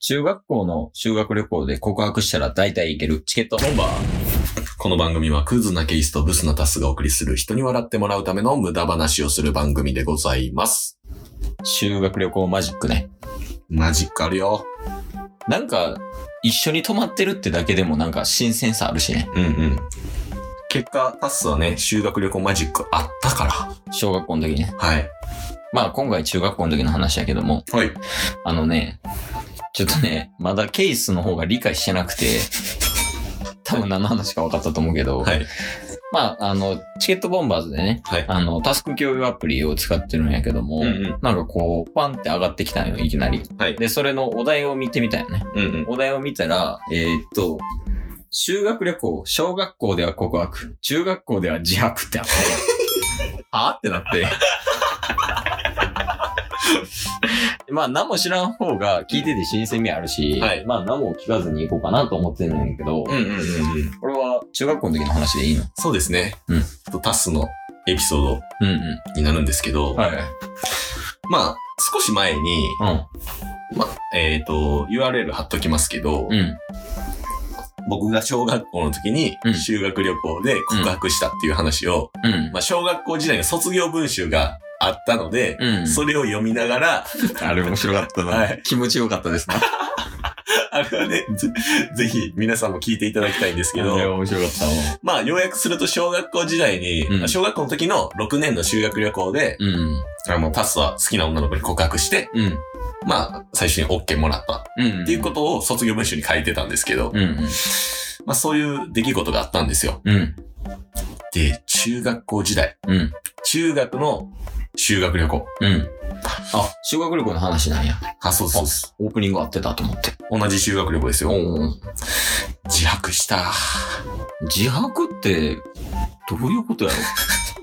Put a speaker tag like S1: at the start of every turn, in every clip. S1: 中学校の修学旅行で告白したら大体いけるチケットボンバー。
S2: この番組はクズなケイスとブスなタスがお送りする人に笑ってもらうための無駄話をする番組でございます。
S1: 修学旅行マジックね。
S2: マジックあるよ。
S1: なんか、一緒に泊まってるってだけでもなんか新鮮さあるしね。
S2: うんうん。結果、タスはね、修学旅行マジックあったから。
S1: 小学校の時ね。
S2: はい。
S1: まあ今回中学校の時の話やけども、
S2: はい。
S1: あのね、ちょっとね、まだケースの方が理解してなくて、多分何の話か分かったと思うけど、
S2: はい。
S1: まああの、チケットボンバーズでね、
S2: はい。
S1: あの、タスク共有アプリを使ってるんやけども、
S2: うんうん
S1: なんかこう、パンって上がってきたのよ、いきなり。
S2: はい。
S1: で、それのお題を見てみたよね。
S2: うんうん。
S1: お題を見たら、えーっと、修学旅行、小学校では告白、中学校では自白ってあって、はぁってなって。まあ、何も知らん方が聞いてて新鮮味あるし、
S2: はい
S1: まあ、何も聞かずに行こうかなと思ってるんやけど、
S2: うんうんうんうん。
S1: これは中学校の時の話でいいの
S2: そうですね。
S1: うん
S2: とタスのエピソード
S1: うん
S2: になるんですけど、
S1: うん。はい。
S2: まあ、少し前に、えっ、と、URL 貼っときますけど、
S1: うん。うん。
S2: 僕が小学校の時に
S1: うん
S2: 修学旅行で告白したっていう話を、
S1: うん
S2: ま。あ、小学校時代の卒業文集があったので、
S1: うん。
S2: それを読みな がら、
S1: あれ面白かったな。
S2: はい
S1: 気持ちよかったですね。
S2: あれはね、ぜぜひ皆さんも聞いていただきたいんですけ
S1: あれ
S2: ど、
S1: は面白かったわ。
S2: まあ、要約すると小学校時代に、
S1: うん
S2: 小学校の時の6年の修学旅行で、
S1: うん。
S2: あの、タスは好きな女の子に告白して、
S1: うん。
S2: まあ、最初に OK もらったっ
S1: うん。
S2: ていうことを卒業文集に書いてたんですけど、
S1: うん。うん。
S2: まあそういう出来事があったんですよ。
S1: うん。
S2: で、中学校時代、
S1: うん。
S2: 中学の修学旅行。
S1: うん。あ、修学旅行の話なんや。
S2: あ、そうそうです。
S1: オープニング合ってたと思って。
S2: 同じ修学旅行ですよ。
S1: ん。
S2: 自白した。
S1: 自白って、どういう ことやろ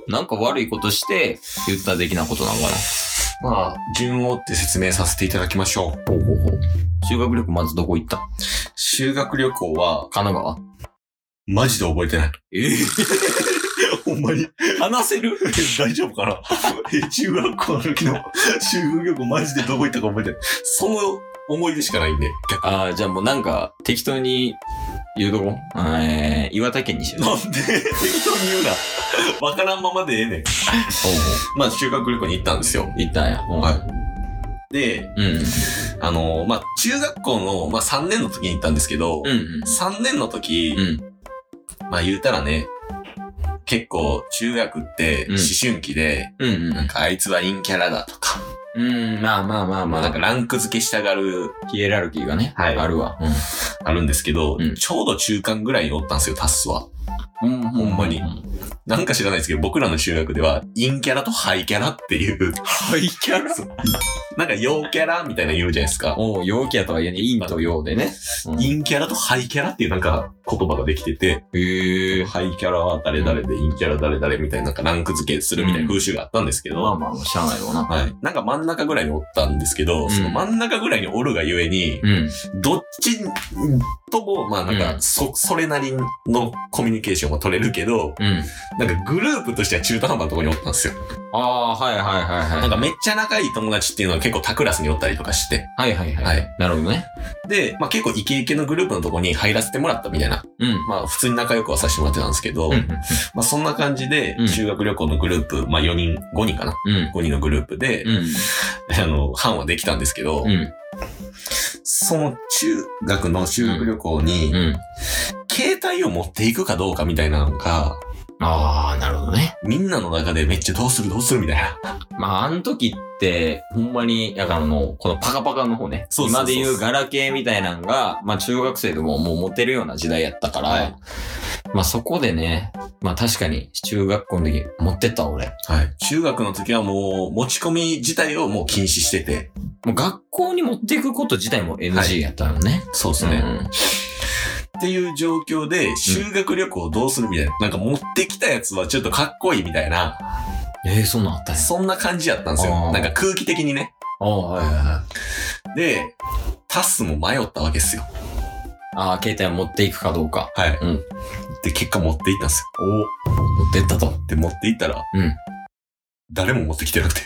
S1: なんか悪いことして言った的なことなのか
S2: まあ、順を追って説明させていただきましょう。
S1: なほうほうほう。修学旅行まずどこ行った
S2: 修学旅行は、
S1: 神奈川
S2: マジで覚えてない。
S1: ええ
S2: ほんまに。
S1: 話せる
S2: 大丈夫かなえ中学校の時の修学旅行マジでどこ行ったか覚えてない。その思い出しかないんで、逆
S1: ああ、じゃあもうなんか適当に言うとこえー、岩手県にしよう。
S2: なんで適当に言うな。わからんままでええねん。まあ、修学旅行に行ったんですよ。
S1: 行ったんや。
S2: はで、
S1: い。うん。
S2: あのまあ、中学校の、まあ、3年の時に行ったんですけど、
S1: うん。
S2: 3年の時、
S1: うん。
S2: まあ、言うたらね、結構、中学って
S1: うん
S2: 思春期で、
S1: うん。うん。
S2: なんか、あいつは陰キャラだとか、
S1: うん、まあまあまあま
S2: ま
S1: あ、
S2: あ、なんか、ランク付けしたがる、
S1: ヒエラルキーがね、
S2: はい
S1: あるわ。
S2: あるんですけど、
S1: うん
S2: ちょうど中間ぐらいにおったんですよ、タッスは。
S1: うん、ほ
S2: んまになんか知らないですけど、僕らの中学では、陰キャラとハイキャラっていう、
S1: ハイキャラ
S2: なんか陽キャラみたいなの言うじゃないですか。
S1: おう、陽キャとは言えね、陰と陽でね。
S2: 陰キャラとハイキャラっていうなんか言葉ができてて、
S1: へえ。
S2: ハイキャラは誰々で、陰キャラ誰々みたいななんかランク付けするみたいな風習があったんですけ
S1: まあ
S2: ど、
S1: まあまあ、しゃあないわな。
S2: はい。なんか真ん中ぐらいにおったんですけど、
S1: うん
S2: その真ん中ぐらいにおるがゆえに、
S1: うん。
S2: どっちとも、まあなん
S1: う
S2: か、
S1: ん
S2: そ、それなりのコミュニケーションも取れるけど、
S1: うん。
S2: なんかグループとしては中途半端なところにおったんですよ。
S1: ああ、はいはいはい
S2: な
S1: は
S2: ん
S1: い。
S2: かめっちゃ仲いい友達っていうのは結構他クラスにおったりとかして、
S1: はいはいはい。
S2: はい
S1: なるほどね。
S2: で、まあ結構イケイケのグループのとこに入らせてもらったみたいな。
S1: うん。
S2: まあ普通に仲良くはさせてもらってたんですけど、
S1: うん。
S2: まあそんな感じで
S1: うん、
S2: 修学旅行のグループ、まあ4人、5人かな
S1: うん。
S2: ?5 人のグループで、
S1: うん。
S2: あの、班はできたんですけど、
S1: うん。
S2: その中学の修学旅行に、
S1: うん。
S2: 携帯を持っていくかどうかみたいなのが、
S1: ああ、なるほどね。
S2: みんなの中でめっちゃどうするどうするみたいな。
S1: まあ、あの時って、ほんまに、やからもう、このパカパカの方ね。
S2: そうそうそう
S1: 今でいうガラケーみたいなんが、まあ中学生でももう持てるような時代やったから、
S2: はい
S1: まあそこでね、まあ確かに中学校の時持ってったわ俺。
S2: はい。中学の時はもう持ち込み自体をもう禁止してて。
S1: もう学校に持っていくこと自体も NG やったのね。
S2: そうです
S1: うん
S2: ね。っていう状況で、修学旅行どうするみたいな。なんか持ってきたやつはちょっとかっこいいみたいな。
S1: えー、そんなんあったんや
S2: そんな感じやったんです
S1: あ
S2: よ。
S1: ー
S2: なんか空気的にね。
S1: ああ、はいはいはい。
S2: で、タスも迷ったわけですよ。
S1: ああ、携帯を持っていくかどうか。
S2: はい。
S1: うん
S2: で、結果持っていったんですよ。
S1: 持ってったと。
S2: で、持っていったら、
S1: うん
S2: 誰も持ってきてなくて。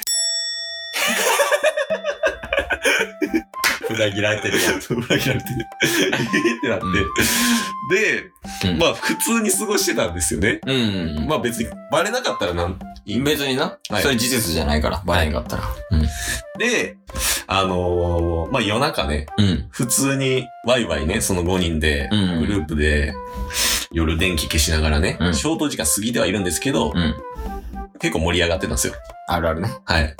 S1: 普裏切られてるやん。
S2: 裏切られて、 えーってなって、
S1: う
S2: で、
S1: うん
S2: まあ普通に過ごしてたんですよね。
S1: うん。
S2: まあ別にバレなかったらなん、
S1: 別にな、
S2: はい
S1: それ事実じゃないから、バレへんかったら。
S2: で、あのーまあ夜中ね、
S1: うん。
S2: 普通にワイワイね、その5人で、
S1: うん
S2: グループで、夜電気消しながらね、
S1: うん
S2: 消灯時間過ぎてはいるんですけど、
S1: うん
S2: 結構盛り上がってたんですよ。
S1: あるあるね。
S2: はい。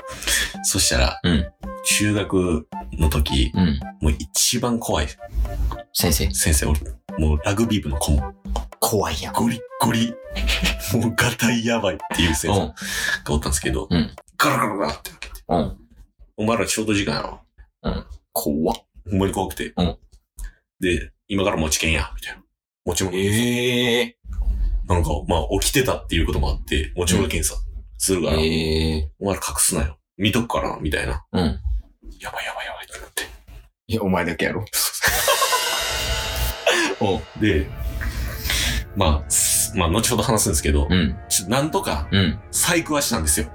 S2: そしたら、
S1: うん
S2: 中学の時、
S1: うん。
S2: もう一番怖い
S1: 先生。
S2: 先生、俺、もうラグビー部の顧問、
S1: 怖いやん。
S2: ゴリッゴリ、もうガタイやばいっていう先生
S1: うん。
S2: がおったんですけど、
S1: うん
S2: ガラガラガラって、
S1: うん。
S2: お前ら消灯時間やろ。
S1: 怖っ。
S2: ほんまに怖くて。
S1: うん
S2: で、今から持ち券や、みたいな。持ち物。
S1: ええ
S2: なんか、まあ、起きてたっていうこともあって、持ち物検査するから、
S1: ええ
S2: お前ら隠すなよ。見とくからな、みたいな。
S1: うん。
S2: やばいやばいやばいってなって。
S1: いや、お前だけや ろ。
S2: で、まあ、すまあ、後ほど話すんですけど、
S1: うん。
S2: ちょなんとか、
S1: うん。
S2: 細工はしたんですよ。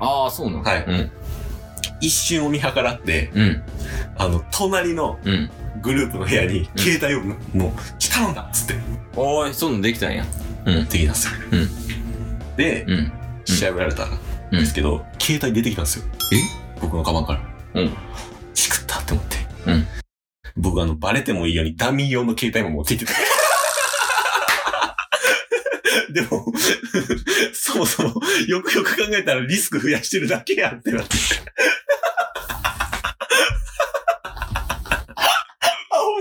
S1: ああ、そうなの
S2: はい
S1: うん。
S2: 一瞬を見計らって、
S1: うん。
S2: あの、隣の
S1: うん。
S2: グループの部屋に
S1: ん、
S2: 携帯を、もう、来たんだっつって、
S1: おーい、そういうのできたんや。
S2: できたんですよ。で、
S1: うん。
S2: 調べられたん
S1: うん
S2: ですけど、携帯出てきたんですよ。
S1: え
S2: 僕のカバンから。
S1: うん。
S2: しくったって思って。
S1: うん。
S2: 僕あの、バレてもいいようにダミー用の携帯も持って行ってた。 でも、そもそも、よくよく考えたらリスク増やしてるだけやんってな って。青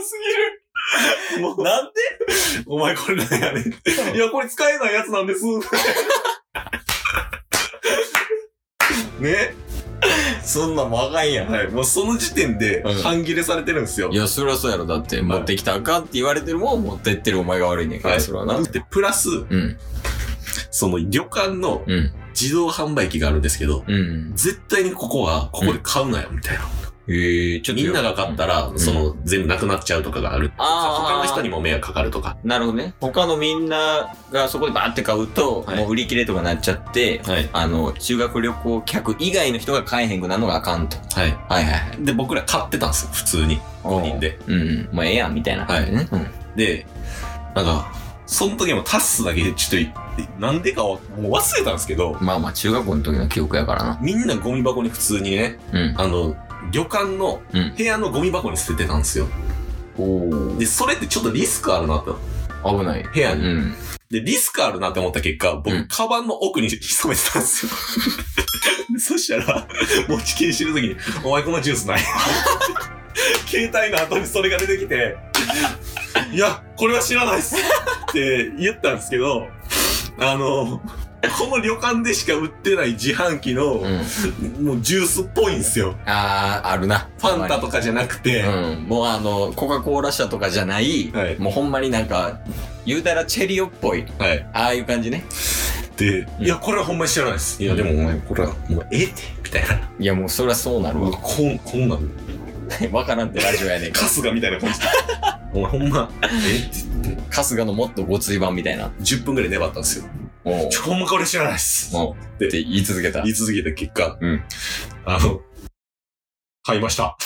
S2: すぎる。もうなんでお前これなんやねん。いや、これ使えないやつなん です。ね。そんなんもあかんやん。はい。もうその時点で
S1: うん
S2: 半切れされてるんですよ。
S1: いや、そりゃそうやろ。だって、持ってきたらあかんって言われてるもん、持ってってるお前が悪いねんから、
S2: はい
S1: それはな。
S2: で、プラス、
S1: うん。
S2: その旅館の
S1: うん。
S2: 自動販売機があるんですけど、
S1: うん。
S2: 絶対にここは、ここで買うなよ、みたいな。
S1: ええちょっと。
S2: みんなが買ったら、
S1: ん
S2: その、全部なくなっちゃうとかがある。
S1: ああ。
S2: 他の人にも迷惑かかるとか。
S1: なるほどね。他のみんながそこでバーって買うと、
S2: はい
S1: もう売り切れとかなっちゃって、
S2: はい。
S1: あの、修学旅行客以外の人が買えへんくなるのがあかんと。
S2: は
S1: はいはいはい。
S2: い。で、僕ら買ってたんですよ、普通に。
S1: 5
S2: 5人。で。
S1: うんうん。もうええやん、みたいな感じね。うん
S2: で、なんか、その時もタッスだけちょっとい、なんでかはもう忘れたんですけど、
S1: まあまあ、中学校の時の記憶やからな。
S2: みんなゴミ箱に普通にね、
S1: うん。
S2: あの、旅館の
S1: うん
S2: 部屋のゴミ箱に捨ててたんですよ。
S1: お
S2: で、それってちょっとリスクあるなと。
S1: お。危ない。
S2: 部屋
S1: う
S2: に。
S1: ん。
S2: で、リスクあるなって思った結果、僕、
S1: うん
S2: カバンの奥に潜めてたんですよ。 でそしたら、持ち切りしてる時に、お前このジュースない 携帯の後にそれが出てきて、いや、これは知らないっすって言ったんですけど、あの、この旅館でしか売ってない自販機の、
S1: うん。
S2: もうジュースっぽいんですよ。
S1: あー、あるな。
S2: ファンタとかじゃなくて、
S1: うん。もうあの、コカ・コーラ社とかじゃない、
S2: はい
S1: もうほんまになんか、言うたらチェリオっぽい。
S2: はい。
S1: ああいう感じね。
S2: で、
S1: うん
S2: いや、これはほんまに知らないです。いや、でもお前、これは、もう、ええって、みたいな。
S1: いや、もうそりゃそうなるわ。
S2: こん、こんなん
S1: わからんってラジオやねんから。
S2: 春日みたいな感じで。お前ほんま、えって言って、
S1: 春日のもっとごつい版みたいな。
S2: 10分ぐらい粘ったんですよ。
S1: もう
S2: ちょ、ほんまこれ知らないっす。
S1: もう、って言い続けた。
S2: 言い続けた結果、
S1: うん
S2: あの、買いました。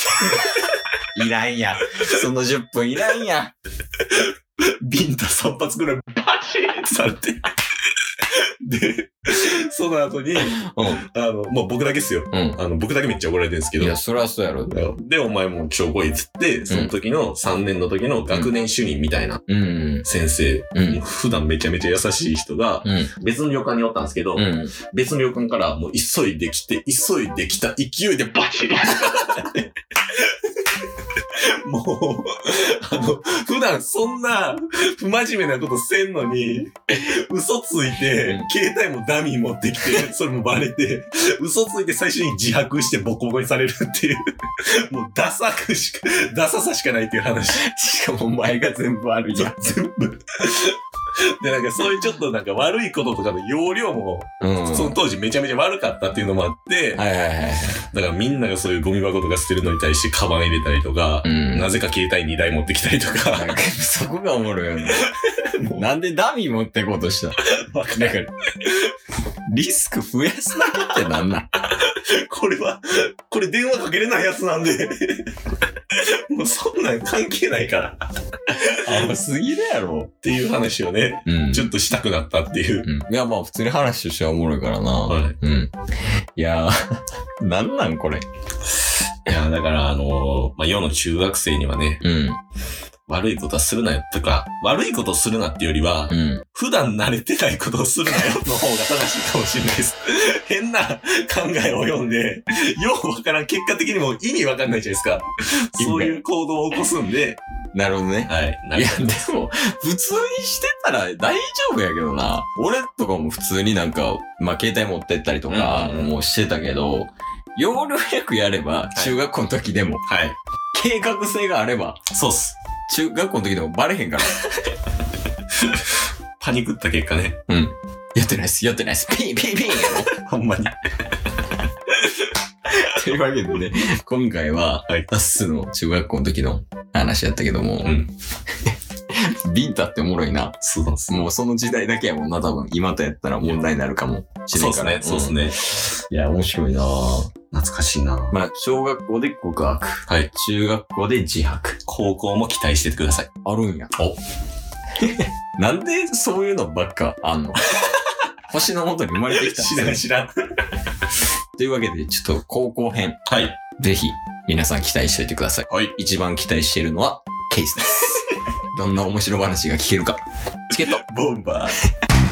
S1: いらんや。その10分いらんや。
S2: ビンタ3発ぐらいバチーンってされて。で、その後に、あ
S1: う
S2: の、もう僕だけっすよ。
S1: ん。う
S2: あの、僕だけめっちゃ怒られてるんですけ
S1: ん。いや、
S2: ど。
S1: そりゃそうやろ。
S2: で、お前もうちょこいっつって、その時の3年の時の学年主任みたいな
S1: うん。
S2: 先生、
S1: うん。
S2: 普段めちゃめちゃ優しい人が、
S1: うん。
S2: 別の旅館におったんですけど、
S1: うん。
S2: 別の旅館からもう急いできて、急いできた勢いでバチリ もう、あの、普段そんな不真面目なことせんのに、嘘ついて
S1: うん、
S2: 携帯もダミー持ってき て、それもバレて、嘘ついて最終に自白してボコボコにされるっていう、 もうダサくしか、ダサさしかないっていう話。
S1: しかもお前が全部悪いや。
S2: 全部。で、なんかそういうちょっとなんか悪いこととかの容量も、
S1: うん。
S2: その当時めちゃめちゃ悪かったっていうのもあって、
S1: はいはいはい。
S2: だからみんながそういうゴミ箱とか捨てるのに対してカバン入れたりとか
S1: う、ん。
S2: なぜか携帯2台持ってきたりと
S1: なん
S2: か、
S1: かそこがおもろいよね。
S2: もう
S1: なんでダミー持ってこうとした
S2: わかん
S1: だ
S2: ない
S1: から、リスク増やすだけってなんなん
S2: これは、これ電話かけれないやつなんで、 もうそんなん関係ないから。っ
S1: 甘すぎるやろ。
S2: ていう話をね、
S1: うん。
S2: ちょっとしたくなったっていう。
S1: うんいや、まあ、普通に話としてはおもろいからな。
S2: はい
S1: うん。いやー、 なんなんこれ。
S2: いや、だから、あのーまあ、世の中学生にはね、
S1: うん。
S2: 悪いことはするなよとか、悪いことをするなっていうよりは、
S1: うん。
S2: 普段慣れてないことをす るなよの方が正しいかもしれないです。変な考えを読んで、ようわからん、結果的にもう意味わかんないじゃないですか。
S1: 意味
S2: そういう行動を起こすんで、
S1: なるほどね。
S2: はい。ないん
S1: や
S2: か、
S1: でも、普通にしてたら大丈夫やけどな。俺とかも普通になんか、まあ、携帯持ってったりとか
S2: うんうんうん
S1: もうしてたけど、要領よくやれば、
S2: い
S1: 中学校の時でも、
S2: はい。
S1: 計画性があれば、
S2: そうっす。
S1: 中学校の時でもバレへんから。
S2: パニックった結果ね、
S1: うん。やってないっす、やってないっす、ピンピンピンやろ。
S2: ほんまに。
S1: というわけでね、今回は、
S2: はい
S1: タッスの中学校の時の話やったけども、
S2: うん。
S1: ビンタっておもろいな。
S2: そうなんです。
S1: もうその時代だけやもんな、多分。今とやったら問題になるかもし
S2: そ
S1: れ
S2: う
S1: な
S2: っ
S1: いか
S2: す
S1: ら。
S2: ね、そうっすね。
S1: うん。いや、面白いな
S2: 懐かしいな
S1: まあ、小学校で告白。
S2: はい。
S1: 中学校で自白。
S2: 高校も期待しててください。
S1: あるんや。
S2: お
S1: なんでそういうのばっかあん の星の元に生まれてきたんですね
S2: 知らん。
S1: というわけで、ちょっと高校編、
S2: はい。
S1: ぜひ皆さん期待しておいてください。
S2: はい。
S1: 一番期待しているのはケイス です。どんな面白話が聞けるか。チケット。
S2: ボンバー。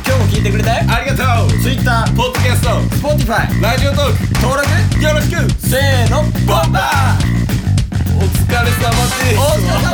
S1: 今日も聞いてくれてあ
S2: ありがとう
S1: Twitter、
S2: ポッドキャスト
S1: Spotify、
S2: ラジオトーク
S1: 登録、
S2: よろしく
S1: せーの、
S2: ボンバーお疲れ様です
S1: お疲れ様